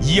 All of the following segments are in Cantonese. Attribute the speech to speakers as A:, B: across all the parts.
A: 以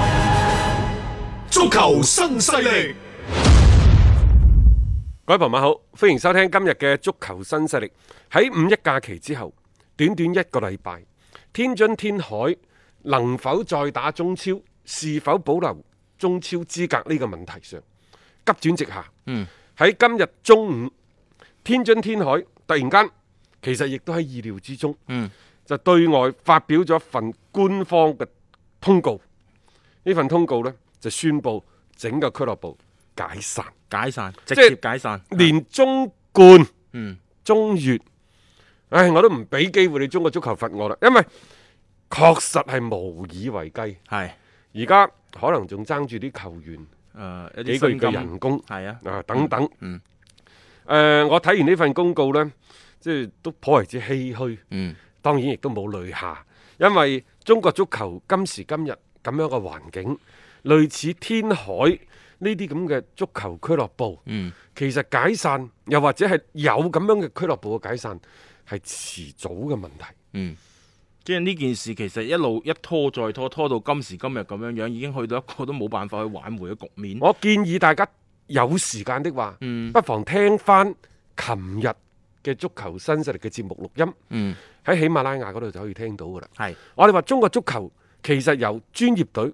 A: 足球新勢力，
B: 各位朋友好，歡迎收聽今日嘅足球新勢力。喺五一假期之後，短短一個禮拜，天津天海能否再打中超，是否保留中超資格呢個問題上，急轉直下。嗯，喺今日中午，天津天海突然間，其實亦都喺意料之中。嗯，就對外發表咗一份官方嘅通告。呢份通告呢，就宣布整個俱樂部解散。
C: 解散，直
B: 係
C: 接解散。
B: 連中冠、
C: 啊嗯
B: 中乙，唉，我都唔俾機會你中國足球罰我啦，因為確實係無以為繼。
C: 係誒、
B: 而家可能仲爭住啲球員
C: 呃、一
B: 幾
C: 啲
B: 個月
C: 薪金
B: 嘅人工
C: 係啊，
B: 啊等等。
C: 嗯
B: 呃我睇完呢份公告呢，即係都頗為之唏噓。
C: 嗯
B: 當然亦都冇淚下，因為中國足球今時今日咁樣嘅環境，類似天海呢啲咁嘅足球俱樂部，
C: 嗯
B: 其實解散又或者係有咁樣嘅俱樂部嘅解散，係遲早嘅問題。
C: 嗯，即係呢件事其實一路一拖再拖，拖到今時今日咁樣樣，已經去到一個都冇辦法去挽回嘅局面。
B: 嗯我建議大家有時間的話，
C: 嗯
B: 不妨聽翻琴日嘅足球新勢力嘅節目錄音，
C: 嗯
B: 喺喜馬拉雅嗰度就可以聽到噶啦。
C: 係
B: 我哋話中國足球其實由專業隊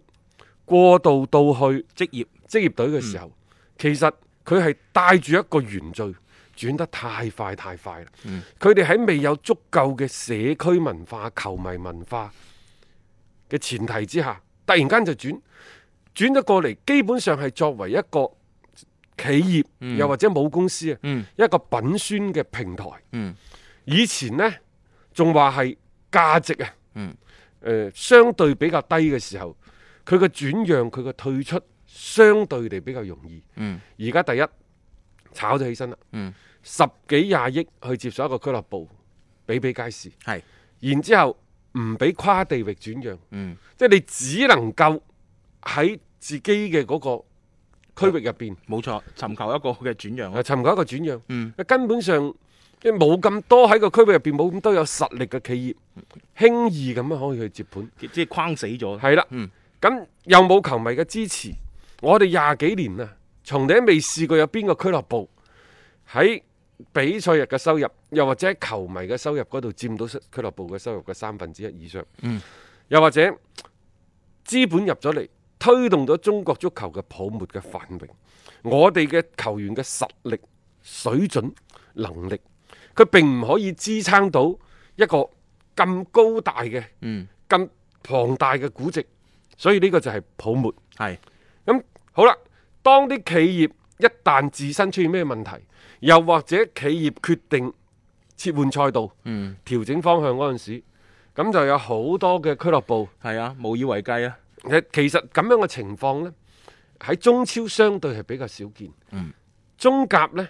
B: 過渡到去
C: 職業
B: 職業隊嘅
C: 嗯
B: 時候，其實佢係帶住一個原罪，轉得太快太快啦。
C: 嗯
B: 佢哋喺未有足夠嘅社區文化、球迷文化嘅前提之下，突然間就轉轉咗過嚟，基本上係作為一個企業、又或者母公司啊，
C: 嗯
B: 一個品宣嘅平台。
C: 嗯
B: 以前呢，仲話係價值啊，
C: 嗯
B: 呃相對比較低嘅時候，佢嘅轉讓、佢嘅退出相對地比較容易。
C: 嗯
B: 而家第一炒咗起身啦，
C: 嗯
B: 十幾廿億去接手一個俱樂部，比比皆是。
C: 係
B: 然之後唔俾跨地域轉讓，
C: 嗯
B: 即係你只能夠喺自己嘅嗰個區域入邊
C: 冇錯，尋求一個嘅轉讓
B: 啊，尋求一個轉讓。
C: 哦嗯
B: 根本上即係冇咁多喺個區域入邊冇咁多有實力嘅企業，輕易咁樣可以去接盤。
C: 即係框死咗。
B: 係啦，
C: 嗯
B: 咁又冇球迷嘅支持，我哋廿幾年啦，從嚟都未試過有邊個俱樂部喺比賽日嘅收入，又或者喺球迷嘅收入嗰度佔到俱樂部嘅收入嘅三分之一以上。
C: 嗯
B: 又或者資本入咗嚟，推動咗中國足球嘅泡沫嘅繁榮，我哋嘅球員嘅實力、水準、能力，佢並唔可以支撐到一個咁高大嘅。
C: 嗯
B: 咁龐大嘅估值，所以呢個就係泡沫。
C: 係
B: 咁好啦，當啲企業一旦自身出現咩問題，又或者企業決定切換賽道、
C: 嗯
B: 調整方向嗰陣時，咁就有好多嘅俱樂部，
C: 係啊，無以為繼啊。
B: 誒其實咁樣嘅情況呢，喺中超相對係比較少見。
C: 嗯
B: 中甲呢，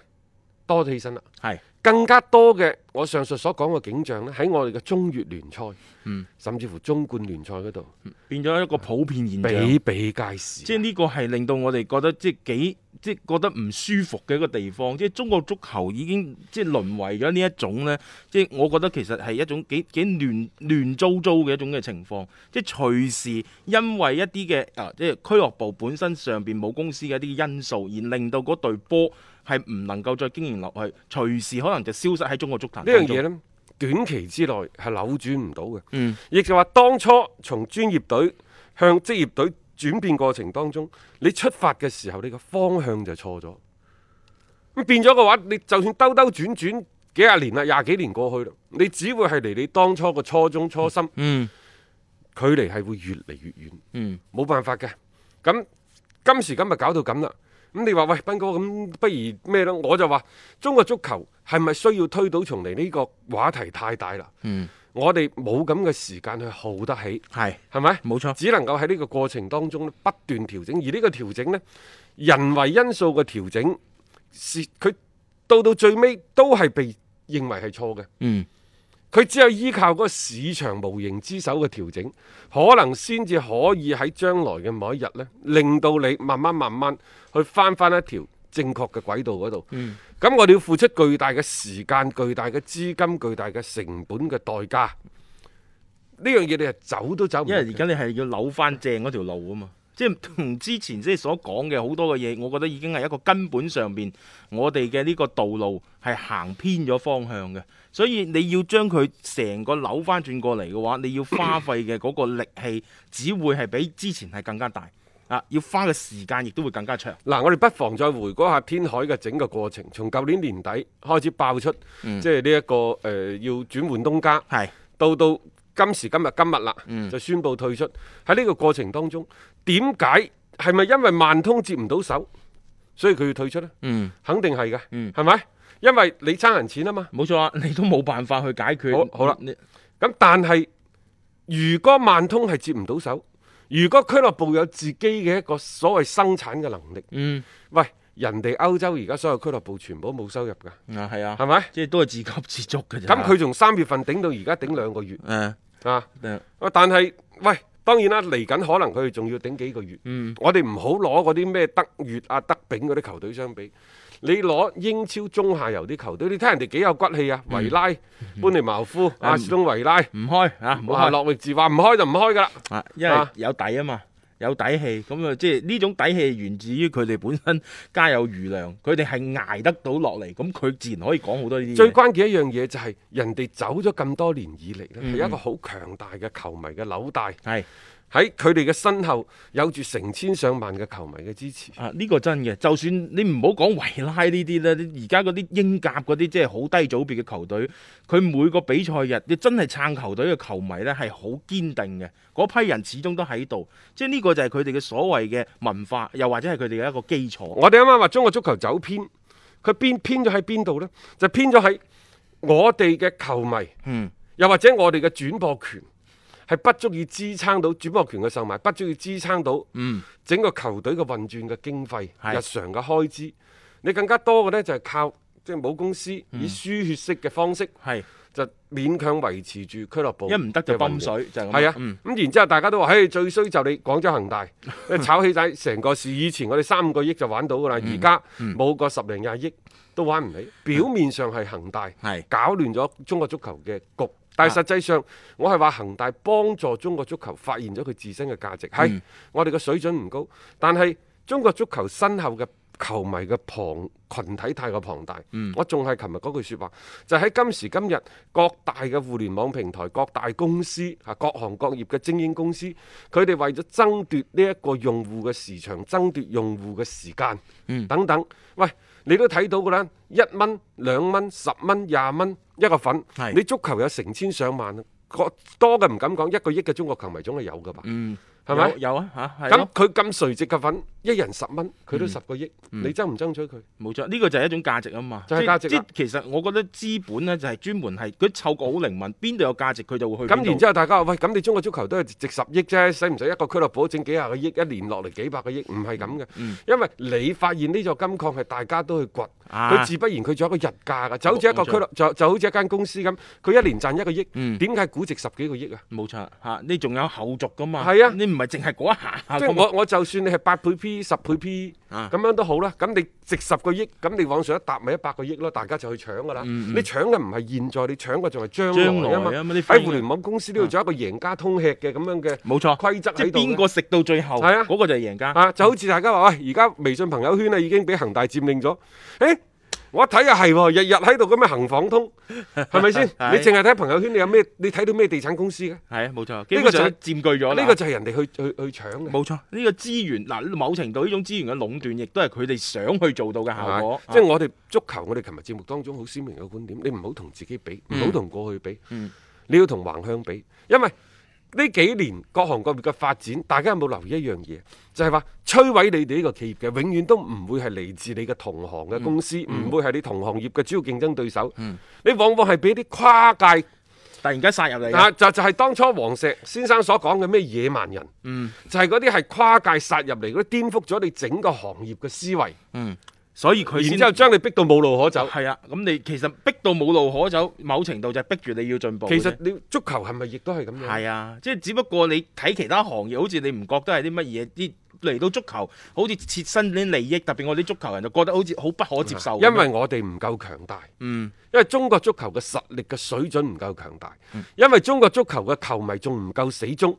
B: 多咗起身啦。
C: 係
B: 更加多嘅我上述所講嘅景象呢，喺我哋嘅中乙聯賽，
C: 嗯
B: 甚至乎中冠聯賽嗰度，
C: 變咗一個普遍現象。
B: 比比皆是。
C: 即係呢個係令到我哋覺得即係幾即係覺得唔舒服嘅一個地方。即係中國足球已經即係淪為咗呢一種呢，即係我覺得其實係一種幾幾亂亂糟糟嘅一種嘅情況。即係隨時因為一啲嘅啊，即係俱樂部本身上邊冇公司嘅一啲因素，而令到嗰隊波係唔能夠再經營落去，隨時可能就消失喺中國足壇。
B: 呢樣嘢，呢，短期之內係扭轉唔到嘅。
C: 嗯，
B: 亦就話當初從專業隊向職業隊轉變過程當中，你出發嘅時候，你個方向就錯咗。咁變咗嘅話，你就算兜兜轉轉幾廿年啦，廿幾年過去啦，你只會係離你當初嘅初衷初心，
C: 嗯
B: 距離係會越嚟越遠，
C: 嗯，
B: 冇辦法嘅。咁今時今日搞到咁啦，咁你話喂，斌哥咁，不如咩咯？我就話中國足球係咪需要推倒重嚟呢個話題太大啦？
C: 嗯，
B: 我哋冇咁嘅時間去耗得起，
C: 係
B: 係咪？
C: 冇錯。
B: 只能夠喺呢個過程當中咧不斷調整，而呢個調整呢，人為因素嘅調整，是佢到到最尾都係被認為係錯嘅。
C: 嗯，
B: 佢只有依靠嗰個市場無形之手嘅調整，可能先至可以喺將來嘅某一日呢，令到你慢慢慢慢去翻翻一條正確嘅軌道嗰度。嗯，咁我哋要付出巨大嘅時間、巨大嘅資金、巨大嘅成本嘅代價。呢樣嘢你係走都走唔
C: 因
B: 甩
C: 為
B: 嘅，
C: 而家你係要扭翻正嗰條路啊嘛，即係同之前即係所講嘅好多嘅嘢，我覺得已經係一個根本上邊我哋嘅呢個道路係行偏咗方向嘅，所以你要將佢成個扭翻轉過嚟嘅話，你要 花費嘅嗰個力氣，只會係比之前係更加大啊，要花嘅時間亦都會更加長。
B: 嗱，我哋不妨再回顧下天海嘅整個過程，從舊年年底開始爆出，
C: 嗯
B: 即係呢一個誒、呃要轉換東家，
C: 係
B: 到到今時今日今日啦，
C: 嗯
B: 就宣布退出。喺呢個過程當中，點解係咪因為萬通接唔到手，所以佢要退出呢？
C: 嗯，
B: 肯定係嘅，
C: 嗯
B: 係咪？因為你爭人錢啊嘛。
C: 冇錯啊，你都冇辦法去解決。
B: 好好啦
C: 你
B: 咁但係如果萬通係接唔到手，如果俱樂部有自己嘅一個所謂生產嘅能力，
C: 嗯
B: 喂，人哋歐洲而家所有俱樂部全部都冇收入㗎。
C: 啊係啊，
B: 係咪？
C: 即係都係自給自足嘅啫。
B: 咁佢從三月份頂到而家頂兩個月
C: 誒
B: 啊！
C: 誒
B: 喂但係喂，當然啦，嚟緊可能佢仲要頂幾個月。
C: 嗯
B: 我哋唔好攞嗰啲咩德乙啊、德丙嗰啲球隊相比。你攞英超中下游啲球隊，你睇人哋幾有骨氣啊！維拉、般尼茅夫、阿士東維拉、
C: 嗯唔開啊，唔好
B: 啊
C: 開。
B: 諾域治話唔開就唔開㗎啦。
C: 啊，因為
B: 啊
C: 有底啊嘛，有底氣，咁啊，即係呢種底氣源自於佢哋本身家有餘糧，佢哋係捱得到落嚟，咁佢自然可以講好多呢啲嘢。
B: 最關鍵一樣嘢就係人哋走咗咁多年以嚟呢，
C: 嗯
B: 係一個好強大嘅球迷嘅紐帶，
C: 係
B: 喺佢哋嘅身後有住成千上萬嘅球迷嘅支持。
C: 啊，呢、個真嘅，就算你唔好講維拉呢啲咧，而家嗰啲英甲嗰啲即係好低組別嘅球隊，佢每個比賽日，你真係撐球隊嘅球迷咧係好堅定嘅，嗰批人始終都喺度，即係呢個就係佢哋嘅所謂嘅文化，又或者係佢哋嘅一個基礎。
B: 我哋啱啱話中國足球走偏，佢偏偏咗喺邊度呢？就偏咗喺我哋嘅球迷，
C: 嗯，
B: 又或者我哋嘅轉播權係不足以支撐到轉播權嘅售賣，不足以支撐到
C: 嗯
B: 整個球隊嘅運轉嘅經費、
C: 係
B: 日常嘅開支。你更加多嘅呢，就係靠即係母公司以輸血式嘅方式，
C: 係
B: 就勉強維持住俱樂部
C: 一唔得就
B: 嘅運
C: 泵
B: 營
C: 水就係咁啦。
B: 係啊，咁、
C: 嗯
B: 然之後大家都話，唉，最衰就你廣州恒 大，炒起晒成個市。以前我哋三五個億就玩到噶啦，
C: 嗯
B: 而家冇個十零廿億都玩唔起。表面上係恒大
C: 係
B: 搞亂咗中國足球嘅局，但係實際上我係話恒大幫助中國足球發現咗佢自身嘅價值。係、我哋嘅水準唔高，但係中國足球身後嘅。球迷嘅龐群體太過龐大，我仲係琴日嗰句説話，就喺今時今日，各大嘅互聯網平台、各大公司啊、各行各業嘅精英公司，佢哋為咗爭奪呢一個用戶嘅時長、爭奪用戶嘅時間、等等，喂，你都睇到㗎啦，一蚊、兩蚊、十蚊、廿蚊一個粉
C: 係，
B: 你足球有成千上萬啊，個多嘅唔敢講，一個億嘅中國球迷總係有㗎吧？
C: 嗯，
B: 係咪
C: 有有啊嚇？係咯嗯
B: 咁佢咁垂直嘅粉，一人十蚊，佢都十個億，你爭唔爭取佢？
C: 冇錯，呢、個就係一種價值啊嘛，
B: 就係價值
C: 即
B: 啦
C: 即其實我覺得資本咧就係專門係佢湊個好靈敏，邊度有價值佢就會去邊
B: 咁
C: 度。
B: 然之後，大家話：喂，咁你中國足球都係值十億啫，使唔使一個俱樂部整幾廿個億，一年落嚟幾百個億？唔係
C: 嗯
B: 咁嘅，因為你發現呢座金礦係大家都去掘，佢、
C: 啊
B: 自不然佢仲有一個日價㗎，就好似一個
C: 冇錯
B: 俱樂就就好似一間公司咁，佢一年賺一個億，
C: 嗯
B: 點解估值十幾個億啊？
C: 冇錯嚇，你仲有後續噶嘛？
B: 係啊
C: 你唔係淨係嗰一下
B: 即
C: 㗎
B: 係
C: 嘛。
B: 我我就算你係八倍 P、十倍 P
C: 啊
B: 咁樣都好啦，咁你值十個億，咁你往上一搭咪一百個億咯，大家就去搶㗎啦。你搶嘅唔係現在，你搶嘅仲係將來
C: 將來
B: 啊
C: 啊
B: 嘛
C: 嘛啲。飛
B: 喺互聯網公司呢度仲有一個贏家通吃嘅咁樣嘅
C: 冇錯
B: 規則
C: 即
B: 喺
C: 係
B: 度
C: 邊
B: 嘅。
C: 個食到最後，
B: 係啊
C: 嗰個就係贏家。
B: 啊，就好似大家話喂，而家微信朋友圈啊已經俾恒大佔領咗，誒、我一睇啊係喎，日日喺度咁樣行房 通，係咪先？
C: 係
B: 你淨係睇朋友圈，你有咩？你睇到咩地產公司嘅？呢
C: 係啊，冇錯，基
B: 呢
C: 本
B: 個就
C: 上
B: 係
C: 都佔據咗啦
B: 個就係人哋去去去搶嘅。
C: 冇錯，呢個資源嗱，某程度呢種資源嘅壟斷，亦都係佢哋想去做到嘅效果。
B: 啊
C: 啊
B: 即係我哋足球，我哋琴日節目當中好鮮明嘅觀點，你唔好同自己比，唔好同過去比，你要同橫向比，因為呢幾年各行各業嘅發展，大家有冇留意一樣嘢？就係話摧毀你哋呢個企業嘅，永遠都唔會係嚟自你嘅同行嘅公司，唔會係你同行業嘅主要競爭對手。你往往係俾啲跨界。
C: 突然間殺入嚟嘅，
B: 啊！就就係當初黃石先生所講嘅咩野蠻人，嗯，就係嗰啲係跨界殺入嚟，嗰啲顛覆咗你整個行業嘅思維，
C: 所以佢
B: 然
C: 先
B: 之後將你逼到冇路可走。
C: 係啊。咁你其實逼到冇路可走，某程度就係逼住你要進步嘅啫。
B: 其實你足球係咪亦都係咁樣？
C: 係啊，即係只不過你睇其他行業，好似你唔覺得係啲乜嘢啲。嚟到足球，好似切身啲利益，特別我啲足球人就覺得好似好不可接受咁樣。
B: 因為我哋唔夠強大，
C: 嗯，
B: 因為中國足球嘅實力嘅水準唔夠強大，
C: 嗯
B: 因為中國足球嘅球迷仲唔夠死忠，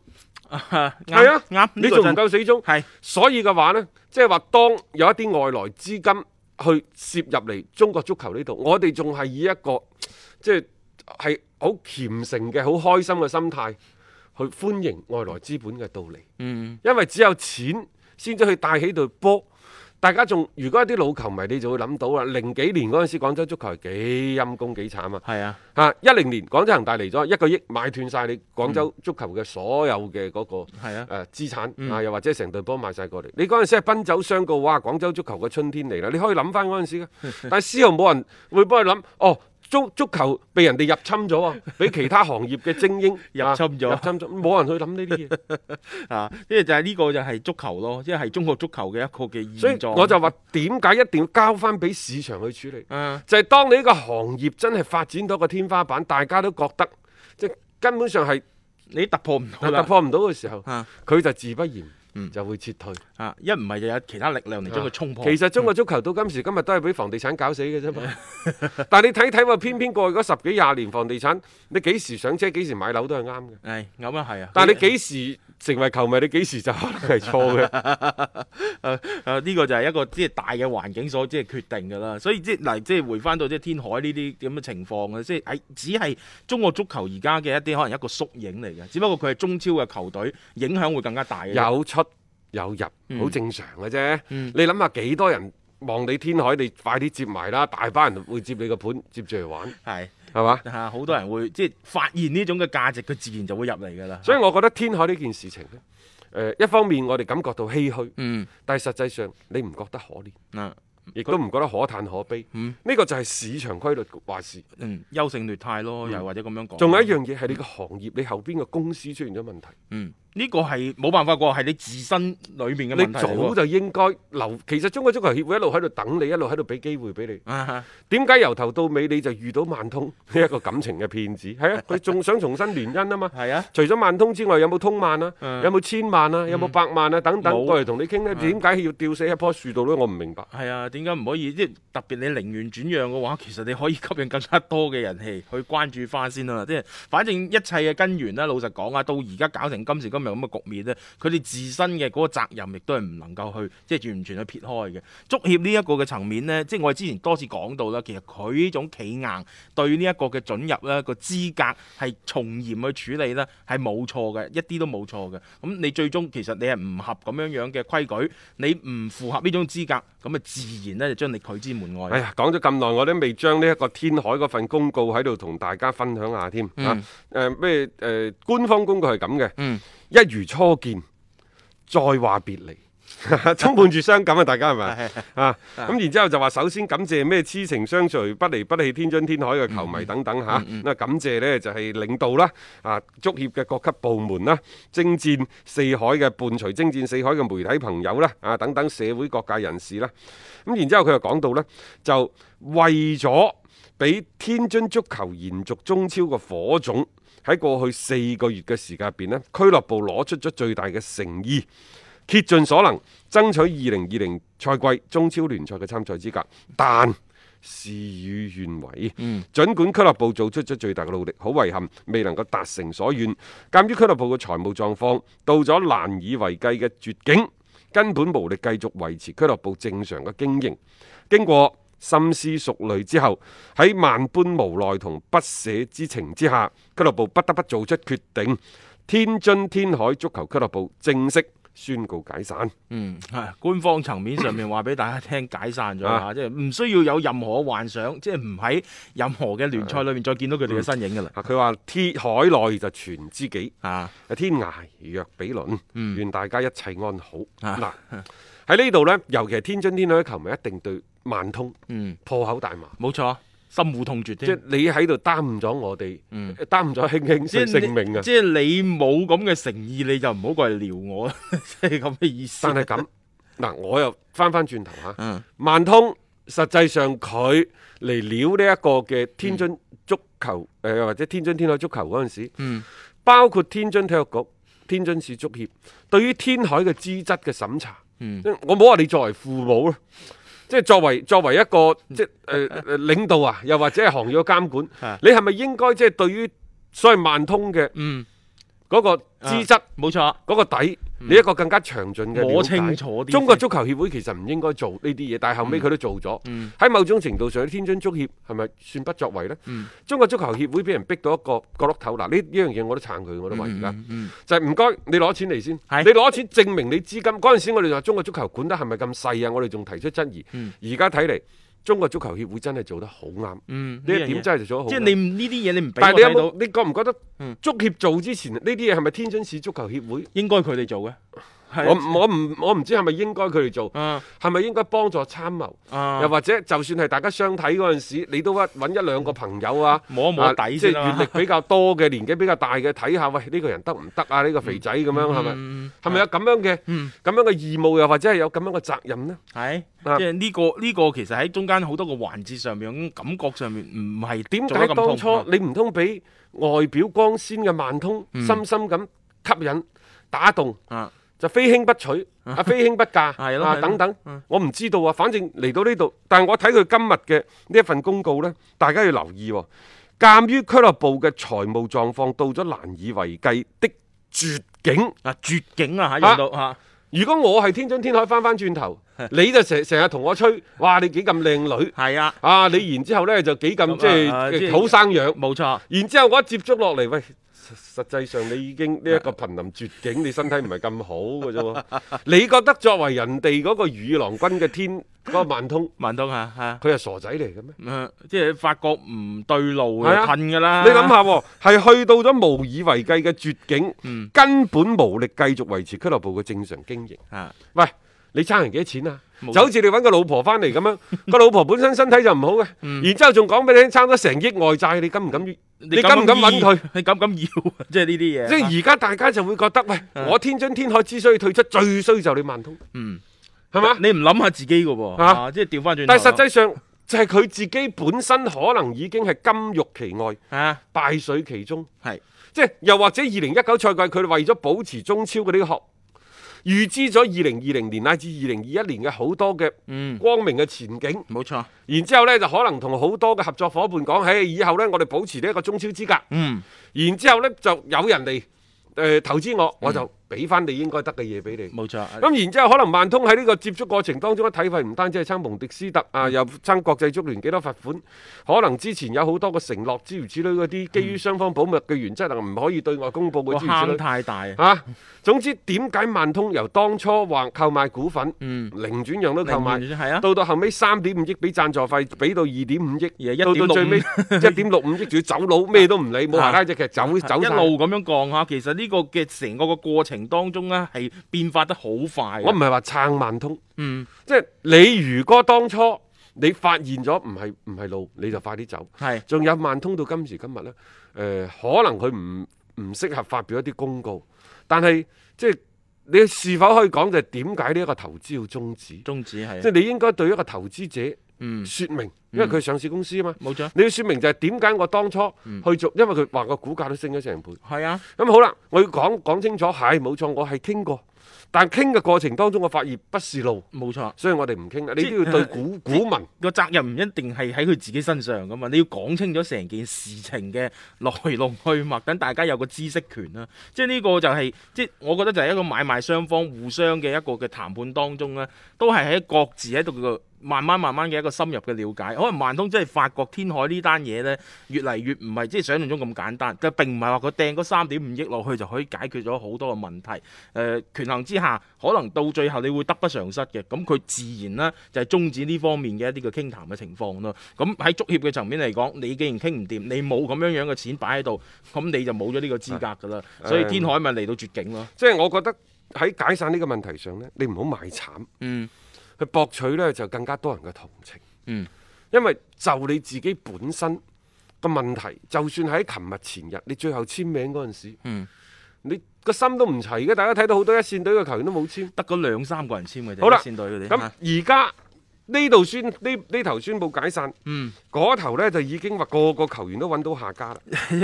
B: 係
C: 係
B: 啊，
C: 啱，
B: 你仲唔夠死忠，
C: 係
B: 所以嘅話呢，即係話當有一啲外來資金去涉入嚟中國足球呢度，我哋仲係以一個即係係好虔誠嘅、好開心嘅心態去歡迎外來資本嘅到嚟。嗯，因為只有錢先至去帶起隊波。大家仲如果一啲老球迷，你就會諗到啦。零幾年嗰陣時，廣州足球係幾陰公幾慘啊！
C: 係啊，
B: 嚇一零年廣州恒大嚟咗一個億買斷晒你廣州足球嘅所有嘅嗰、個
C: 嗯係啊
B: 誒資產啊，又或者成隊波賣晒過嚟。你嗰陣時係奔走相告，哇！廣州足球嘅春天嚟啦，你可以諗翻嗰陣時 嘅，但係絲毫冇人會幫你諗哦。足足球被人哋入侵咗啊！俾其他行業嘅精英
C: 入侵咗
B: 啊入侵咗，冇人去諗呢 啲嘢，
C: 啊，即係就係呢個就係足球咯，即係中國足球嘅一個嘅
B: 所以
C: 現狀。
B: 我就話點解一定要交翻俾市場去處理？
C: 嗯，
B: 就係當你呢個行業真係發展到一個天花板，大家都覺得即係根本上係
C: 你突破唔到
B: 突
C: 啦，
B: 破唔到嘅時候，
C: 啊
B: 佢就自不然就會撤退。
C: 啊，一唔係就有啊其他力量嚟將佢衝破。
B: 其實中國足球到今時今日都係俾房地產搞死嘅啫 嘛。但係你睇睇喎，偏偏過去嗰十幾廿年，房地產你幾時上車，幾時買樓都係啱嘅。
C: 係咁啊，係啊。
B: 但係你幾時成為球迷，你幾時就可能係錯 嘅。
C: 啊誒誒呢個就係一個即係大嘅環境所即係決定㗎啦，所以即係嗱，即係回翻到即係天海呢啲咁嘅情況嘅，即係喺只係中國足球而家嘅一啲可能一個縮影嚟嘅，只不過佢係中超嘅球隊影響會更加大嘅。
B: 有出有
C: 嗯
B: 入，好正常嘅啫。你諗下幾多人望你天海，你快啲接埋啦！大班人會接你個盤，接住嚟玩，
C: 係
B: 係 嘛？
C: 啊，好多人會即係發現呢種嘅價值，佢自然就會入嚟㗎啦。
B: 所以我覺得天海呢件事情呢，誒、一方面我哋感覺到唏噓，
C: 嗯
B: 但係實際上你唔覺得可憐，
C: 啊
B: 亦都唔覺得可嘆可悲。呢、個就係市場規律話事。
C: 嗯，優勝劣汰咯，又或者咁樣
B: 嗯
C: 講。
B: 仲有一樣嘢係你個行業，你後邊嘅公司出現咗問題，
C: 嗯，呢個係冇辦法過，係你自身裏面嘅問
B: 你
C: 題嚟
B: 早
C: 喎。
B: 就應該留。其實中國足球協會一路喺度等你，一路喺度俾機會俾你。
C: 啊
B: 點解由頭到尾你就遇到萬通 呢一個感情嘅騙子？係 啊，佢仲想重新聯姻啊嘛。
C: 係啊，
B: 除咗萬通之外，有冇通萬啊？
C: 嗯
B: 有冇千萬啊？有冇百萬啊？等
C: 冇嗯
B: 等，過嚟同你傾呢，點解要吊死喺棵樹度呢？我唔明白。
C: 係啊，點解唔可以即係特別你零元轉讓嘅話，其實你可以吸引更加多嘅人氣去關注翻先啦。即係反正一切嘅根源啦，老實講啊，到而家搞成今時今日咁嘅局面咧，佢哋自身嘅嗰個責任亦都係唔能夠去即係完全去撇開嘅。足協呢一個嘅層面呢，即係我哋之前多次講到啦，其實佢呢種企硬對呢一個嘅准入咧個資格係從嚴去處理咧，係冇錯嘅，一啲都冇錯嘅。咁你最終其實你係唔合咁樣樣嘅規矩，你唔符合呢種資格，咁啊自然咧就將你拒之門外。
B: 哎呀，講咗咁耐，我都未將呢一個天海嗰份公告喺度同大家分享下添。啊，誒咩誒官方公告係咁嘅，
C: 嗯
B: 一如初見，再話別離。 充滿住傷感啊！大家係咪啊？咁然之後就話，首先感謝咩痴情相隨、不離不棄、天津天海嘅球迷等等嚇。咁啊，感謝呢就係領導啦，啊足協嘅各級部門啦，征戰四海嘅伴隨征戰四海嘅媒體朋友啦，啊等等社會各界人士啦。咁然之後佢又講到呢，就為咗俾天津足球延續中超嘅火種，喺過去四個月嘅時間入邊呢，俱樂部攞出咗最大嘅誠意，竭盡所能爭取二零二零賽季中超聯賽嘅參賽資格，但事與願違。嗯，儘管俱樂部做出咗最大嘅努力，好遺憾未能夠達成所願。鑑於俱樂部嘅財務狀況到咗難以為繼嘅絕境，根本無力繼續維持俱樂部正常嘅經營。經過深思熟慮之後，喺萬般無奈同不捨之情之下，俱樂部不得不做出決定，天津天海足球俱樂部正式宣告解散。
C: 嗯，系官方層面上面話俾大家聽解散咗
B: 啊
C: 啦，即係唔需要有任何幻想，即係唔喺任何嘅聯賽裏面再見到佢哋嘅身影噶啦。
B: 啊，佢話天海內就全知己，
C: 啊，嗯
B: 啊天涯若比鄰，願大家一切安好。嗱、
C: 啊
B: 喺呢度呢，尤其係天津天海嘅球迷一定對萬通
C: 嗯，
B: 破口大罵。
C: 冇錯，深惡痛絕
B: 即係
C: 添。
B: 你喺度耽誤咗我哋，耽誤咗輕輕
C: 嗯即係
B: 性
C: 你
B: 性命啊！
C: 即係你冇咁嘅誠意，你就唔好過嚟撩我，啊 即係咁嘅意思。
B: 但係 咁，嗱，我又翻翻轉頭
C: 嗯
B: 嚇，萬通實際上佢嚟撩呢一個嘅天津足球誒、呃或者天津天海足球嗰陣時，
C: 嗯
B: 包括天津體育局、天津市足協對於天海嘅資質嘅審查，
C: 嗯
B: 即係我冇話你作為父母啦。即係作為作為一個
C: 嗯
B: 即係誒誒領導啊，又或者係行業嘅監管
C: 啊，
B: 你係咪應該即係對於所謂萬通嘅
C: 嗯，啊
B: 嗰個資質
C: 冇錯。
B: 嗰個底，你一個更加詳盡嘅
C: 嗯摸
B: 了解
C: 清楚啲嗯
B: 中國足球協會其實唔應該做呢啲嘢，但係後尾佢都做咗。喺某種程度上，天津足協係咪算不作為呢？
C: 嗯
B: 中國足球協會俾人逼到一個角落頭，嗱呢呢樣嘢我都撐佢，我都話而家就係唔該你攞錢嚟先，
C: 嗯係
B: 你攞錢證明你資金。嗰陣時我哋話中國足球管得係咪咁細啊？我哋仲提出質疑。而家睇嚟，中國足球協會真係做得好啱。
C: 嗯，
B: 呢
C: 樣
B: 一點
C: 嘢
B: 真係做得好啱。啊
C: 即係你唔呢啲嘢，你唔俾我
B: 但係你有
C: 睇到
B: 冇？，你覺唔覺得
C: 嗯
B: 足協做之前呢啲嘢係咪天津市足球協會？
C: 應該佢哋做嘅。
B: 我
C: 係
B: 唔我唔我唔知係咪應該佢哋做，
C: 啊
B: 係咪應該幫助參謀？
C: 啊
B: 又或者就算係大家相睇嗰陣時，你都屈揾一兩個朋友啊，
C: 摸一摸
B: 啊
C: 底
B: 即係
C: 先啦
B: 閲歷比較多嘅、年紀比較大嘅，睇下喂呢個人得唔得啊？呢個肥仔咁樣係咪
C: 嗯？
B: 係咪有咁樣嘅
C: 嗯
B: 咁樣嘅義務，又或者係有咁樣嘅責任呢？
C: 係，
B: 啊
C: 即係呢個呢個其實喺中間好多個環節上面，咁感覺上面唔係
B: 點
C: 做
B: 解
C: 得咁啊
B: 當
C: 通
B: 初你唔通俾外表光鮮嘅萬通
C: 嗯
B: 深深咁吸引打動？
C: 啊？
B: 就非卿不 娶，啊非卿不嫁，
C: 係咯
B: 啊
C: 係咯
B: 等等
C: 嗯，
B: 我唔知道啊。反正嚟到呢度，但係我睇佢今日嘅呢一份公告呢，大家要留意喎。鑑於俱樂部嘅財務狀況到咗難以為繼的絕境，
C: 啊絕境啊嚇，用到嚇，
B: 如果我係天津天海翻翻轉 頭，你就成成日同我吹，哇你幾咁靚女
C: 係啊，
B: 啊！你然之後呢，就幾
C: 咁
B: 咁
C: 啊
B: 即
C: 啊
B: 係
C: 即係
B: 好生養，
C: 冇錯，
B: 然之後我一接觸落嚟，喂，實實際上你已經呢一個瀕臨絕境，你身體唔係咁好嘅啫喎。 你覺得作為人哋嗰個如意郎君嘅天嗰、個萬通，
C: 萬東嚇嚇，
B: 佢係傻仔嚟嘅咩？
C: 嗯即係發覺唔對路
B: 係
C: 嘅，
B: 啊
C: 褪㗎啦。
B: 你諗下喎，係去到咗無以為繼嘅絕境，
C: 嗯
B: 根本無力繼續維持俱樂部嘅正常經營。
C: 啊，
B: 喂，你差人幾多錢啊？
C: 冇
B: 就好似你揾個老婆翻嚟咁 樣，個老婆本身身體就唔好嘅，
C: 嗯
B: 然之後仲講俾你聽差咗成億外債，你敢唔敢？你敢唔敢揾佢？
C: 要？你 敢唔敢要？啊即係呢啲嘢。
B: 即係而家大家就會覺得，喂，
C: 嗯
B: 我天津天海之所以退出，最衰就你萬通，
C: 嗯，
B: 係嘛？
C: 你唔諗下自己嘅喎，
B: 啊
C: 啊即係調翻轉頭。
B: 但係實際上就係佢自己本身可能已經係金玉其外，
C: 啊，
B: 敗絮其中。
C: 係
B: 即係又或者二零一九賽季佢為咗保持中超嘅呢個殼，預知咗二零二零年乃至二零二一年嘅好多嘅
C: 嗯，
B: 光明嘅前景，
C: 冇錯，
B: 然之後呢，就可能同好多嘅合作伙伴講，嘿，以後呢，我哋保持呢一個中超資格。
C: 嗯，
B: 然之後呢，就有人嚟誒、呃投資我，我就俾翻你應該得嘅嘢俾你。
C: 冇錯。
B: 咁然之後，可能萬通喺呢個接觸過程當中嘅體費唔單止係撐蒙迪斯特
C: 嗯
B: 啊，又撐國際足聯幾多罰款，可能之前有好多個承諾諸如此類嗰啲，
C: 嗯
B: 基於雙方保密嘅原則，啊能唔可以對外公佈
C: 個
B: 嘅諸如
C: 坑
B: 此類。
C: 太大啊。
B: 啊，總之點解萬通由當初話購買股份，
C: 嗯
B: 零轉讓都購買，
C: 零轉讓係啊
B: 到到後尾三點五億俾贊助費，俾到二點五
C: 而
B: 億，
C: 家
B: 到
C: 1.65
B: 到最 尾一點六五億，仲要走佬，咩都唔理，冇
C: 啊
B: 行拉只劇走走
C: 一
B: 晒
C: 路咁樣降嚇，其實呢個嘅成個個過程當中咧，係變化得好快嘅。啊
B: 我唔係話撐萬通。
C: 嗯
B: 即係你如果當初你發現咗唔係唔係路，你就快啲走。
C: 係
B: 仲有萬通到今時今日呢，誒、可能佢唔唔適合發表一啲公告，但係即係你是否可以講就係點解呢一個投資要終止？
C: 宗旨係
B: 即係你應該對一個投資者
C: 嗯
B: 説明，因為佢係上市公司啊嘛。
C: 冇錯，嗯
B: 你要説明就係點解我當初去做，因為佢話個股價都升咗成倍。
C: 係啊，
B: 咁好啦，我要講講清楚，係冇錯，我係傾過，但傾嘅過程當中，我發現不是路，
C: 冇錯。
B: 所以我哋唔傾啦。你
C: 即
B: 都要對股股民。
C: 個責任唔一定係喺佢自己身上噶嘛，你要講清楚成件事情嘅來龍去脈，等大家有個知識權啦。即係呢個就係、即係我覺得就係一個買賣雙方互相嘅一個嘅談判當中咧，都係喺各自喺度個慢慢慢慢嘅一個深入嘅了解。可能萬通真係發覺天海呢單嘢咧，越嚟越唔係即係想象中咁簡單，佢並唔係話佢掟嗰三點五億落去就可以解決咗好多嘅問題。誒、權衡之下，可能到最後你會得不償失嘅。咁佢自然啦，就係終止呢方面嘅一啲嘅傾談嘅情況咯。咁喺足協嘅層面嚟講，你既然傾唔掂，你冇咁樣樣嘅錢擺喺度，咁你就冇咗呢個資格㗎啦。所以天海咪嚟到絕境咯。
B: 即係我覺得喺解散呢個問題上呢，你唔好賣慘，
C: 嗯，
B: 去博取呢就更加多人嘅同情，
C: 嗯，
B: 因為就你自己本身個問題，就算喺琴日前日你最後簽名嗰陣時，
C: 嗯，
B: 你個心都唔齊嘅，大家睇到好多一線隊嘅球員都冇簽，
C: 得嗰兩三個人簽嘅啫。
B: 好啦，
C: 先隊佢哋。啊 嚇
B: 咁而家。呢度宣呢呢頭宣布解散，
C: 嗯
B: 嗰頭呢就已經話個個球員都揾到下家啦，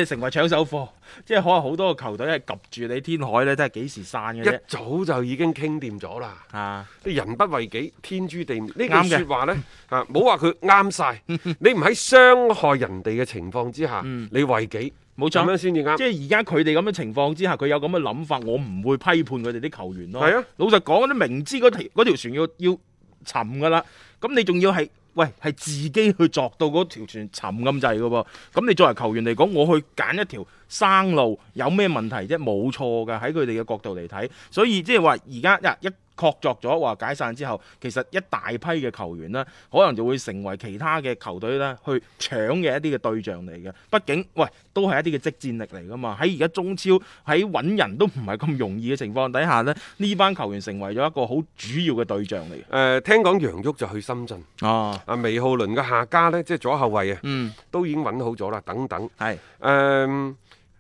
C: 成為搶手貨，即係可能好多個球隊係及住你天海咧，真係幾時散嘅
B: 一
C: 啫。
B: 早就已經傾掂咗啦。
C: 啊，
B: 人不為己，天诛地滅。呢
C: 啱
B: 句
C: 嘅
B: 説話呢，啊，冇話佢啱 晒。你唔喺傷害人哋嘅情況之下，你為己，
C: 嗯冇
B: 咁
C: 錯
B: 樣先至啱
C: 即。係而家佢哋咁嘅情況之下，佢有咁嘅諗法，我唔會批判佢哋啲球員咯。
B: 係啊，
C: 老實講，你明知嗰條嗰條船要要沉噶啦，咁你仲要係喂係自己去作到嗰條船沉咁滯噶喎。咁你作為球員嚟講，我去揀一條生路，有咩問題啫？冇錯㗎，喺佢哋嘅角度嚟睇，所以即係話而家呀一。確鑿咗話解散之後，其實一大批嘅球員啦，可能就會成為其他嘅球隊啦去搶嘅一啲嘅對象嚟嘅。畢竟，喂，都係一啲嘅即戰力嚟噶嘛。喺而家中超喺揾人都唔係咁容易嘅情況底下呢，呢班球員成為咗一個好主要嘅對象嚟嘅。
B: 誒、聽講楊旭就去深圳，
C: 哦，
B: 阿梅浩倫嘅下家呢，即係左後衞啊，
C: 嗯，
B: 都已經揾好咗啦。等等，誒、
C: 係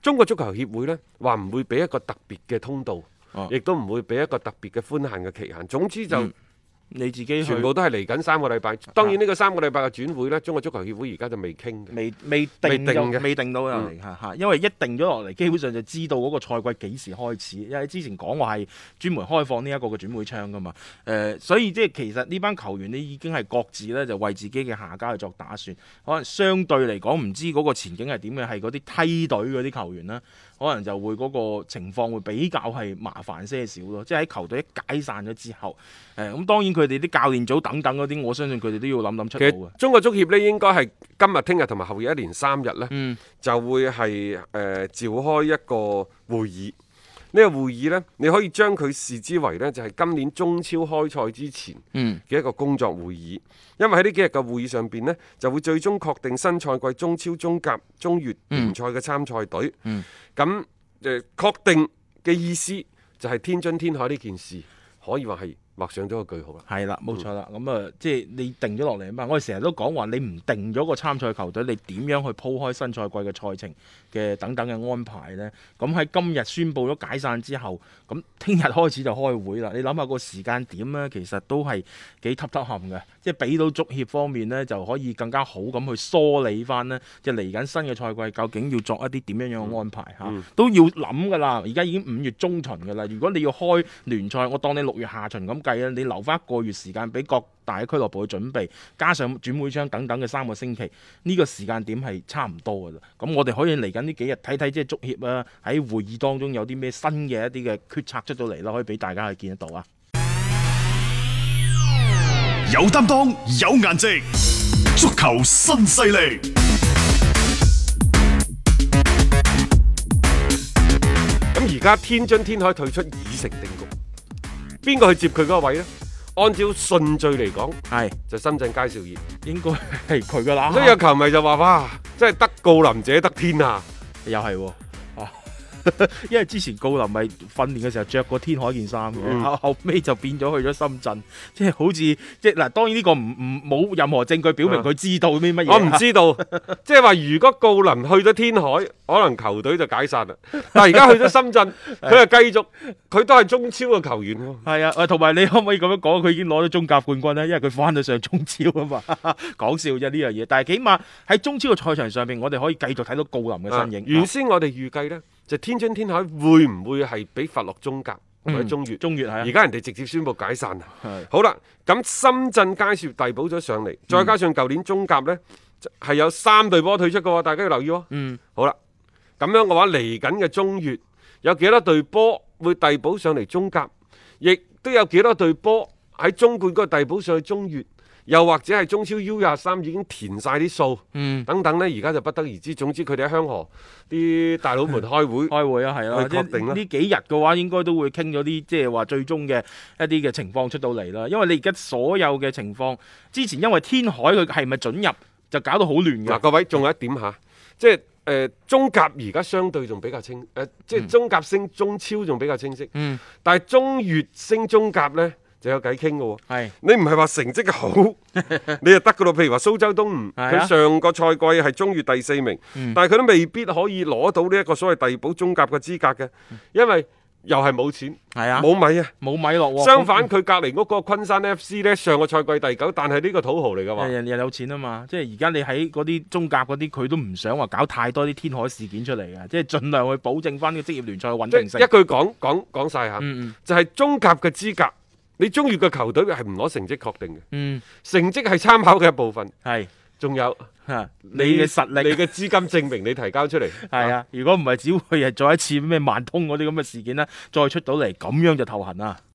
B: 中國足球協會呢，話唔會俾一個特別嘅通道
C: 哦，嗯
B: 亦都唔會俾一個特別嘅寬限嘅期限。總之就。
C: 你自己
B: 全
C: 去
B: 部都係嚟緊三個禮
C: 嗯
B: 拜，當然呢個三個禮拜嘅轉會呢，中國足球協會而家就未傾嘅。
C: 未未
B: 未
C: 定嗯
B: 定
C: 就
B: 嘅
C: 未定到落嚟嚇嚇，因為一定咗落嚟，基本上就知道嗰個賽季幾時開始。因為之前講話係專門開放呢一個嘅轉會窗噶嘛，誒、所以即係其實呢班球員呢已經係各自咧就為自己嘅下家去作打算，可能相對嚟講唔知嗰個前景係點嘅，係嗰啲梯隊嗰啲球員啦，可能就會嗰個情況會比較係麻煩些少咯。即係喺球隊一解散咗之後，誒、咁當然佢哋啲教練組等等嗰啲，我相信佢哋都要諗諗出
B: 其
C: 路嘅啊
B: 實。中國足協呢，應該係今日、聽日同埋後日一連三日呢，
C: 嗯
B: 就會係誒、呃召開一個會議。呢、個會議呢，你可以將佢視之為呢，就係、今年中超開賽之前
C: 嗯
B: 嘅一個工作會議。因為喺呢幾日嘅會議上邊呢，就會最終確定新賽季中超、中甲、中乙聯賽嘅參賽隊。
C: 嗯
B: 咁誒、確定嘅意思就係天津天海呢件事，可以話係畫上咗個句號啦。
C: 係啦，冇錯啦。咁啊，即係你定咗落嚟啊嘛。我哋成日都講話，你唔定咗個參賽球隊，你點樣去鋪開新賽季嘅賽程嘅等等嘅安排呢？咁喺今日宣布咗解散之後，咁聽日開始就開會啦。你諗下個時間點呢，其實都係幾揼揼冚嘅，即係俾到足協方面呢，就可以更加好咁去梳理翻呢，即係嚟緊新嘅賽季究竟要作一啲點樣樣
B: 嗯
C: 嘅安排嚇，都要諗噶啦。而家已經五月中旬噶啦，如果你要開聯賽，我當你六月下旬咁計啊，你留翻一個月時間俾各大嘅俱樂部去準備，加上轉會窗等等嘅三個星期，呢、個時間點係差唔多噶啦。咁我哋可以嚟緊呢幾日睇睇，即係足協啊喺會議當中有啲咩新嘅一啲嘅決策出咗嚟啦，可以俾大家去見得到啊。
D: 有擔當，有顏值，足球新勢力。
B: 咁而家天津天海退出已成定局，邊個去接佢嗰個位呢？按照順序嚟講，
C: 係
B: 就深圳佳兆業。
C: 應該係佢噶啦，
B: 所以有球迷就話：哇，真係得郜林者得天下。
C: 又係喎。啊 因為之前郜林咪訓練嘅時候着過天海件衫嘅，
B: 嗯
C: 後後尾就變咗去咗深圳，即係好似即係嗱，當然呢個唔唔冇任何證據表明佢知道啲乜嘢。
B: 啊我唔知道，即係話如果郜林去咗天海，可能球隊就解散啦。但係而家去咗深圳，佢又繼續，佢都係中超嘅球員喎。
C: 係啊，喂，同埋你可唔可以咁樣講？佢已經攞咗中甲冠軍咧，因為佢翻到上中超啊嘛。 講笑啫呢樣嘢，但係起碼喺中超嘅賽場上面，我哋可以繼續睇到郜林嘅身
B: 啊
C: 影。
B: 原先我哋預計呢，就天津天海會唔會係俾罰落中甲？或者中乙。
C: 中乙係啊
B: 而家人哋直接宣布解散啦。啊
C: 係嗯
B: 好啦，咁深圳佳兆遞補咗上嚟，再加上舊年中甲呢，係有三隊波退出嘅喎，大家要留意喎。嗯。好啦，咁樣嘅話，嚟緊嘅中乙有幾多隊波會遞補上嚟中甲？亦都有幾多隊波喺中冠嗰個遞補上去中乙？又或者係中超 U 廿三已經填晒啲數，
C: 嗯
B: 等等呢，而家就不得而知。總之佢哋喺香河啲大佬們 開會，
C: 開會啊，係啦，
B: 去
C: 即
B: 確定啦
C: 係呢幾日嘅話，應該都會傾咗啲即係話最終嘅一啲嘅情況出到嚟啦。因為你而家所有嘅情況，之前因為天海佢係咪准入就搞到好亂
B: 嗱，
C: 㗎。
B: 各位仲有一點嚇，即係誒、呃中甲而家相對仲比較清誒、呃即係中甲升中超仲比較清晰。
C: 嗯
B: 但係中乙升中甲呢，就有偈傾嘅喎。
C: 係
B: 你唔係話成績 好，你就得噶咯。譬如話蘇州東吳，
C: 係啊嗯
B: 佢上個賽季係中乙第四名，但係佢都未必可以攞到呢一個所謂遞補中甲嘅資格嘅，因為又係冇錢，
C: 係嗯啊，
B: 冇米啊。
C: 冇米落喎。
B: 相反，佢隔離屋嗰個昆山 FC 呢，上個賽季第九，但係呢個土豪嚟㗎嘛
C: 人。人人有錢啊嘛，即係而家你喺嗰啲中甲嗰啲，佢都唔想話搞太多啲天海事件出嚟嘅，即係盡量去保證翻個職業聯賽嘅穩
B: 即係
C: 定性。
B: 一句講講講晒嚇，
C: 嗯嗯
B: 就係中甲嘅資格，你中意嘅球隊係唔攞成績確定嘅，
C: 嗯，
B: 成績係參考嘅一部分，
C: 係
B: 仲有
C: 嚇你嘅實力，
B: 你嘅資金證明你提交出嚟，
C: 係啊，如果唔係，只會係再一次咩萬通嗰啲咁嘅事件啦，再出到嚟咁樣就頭痕啦。啊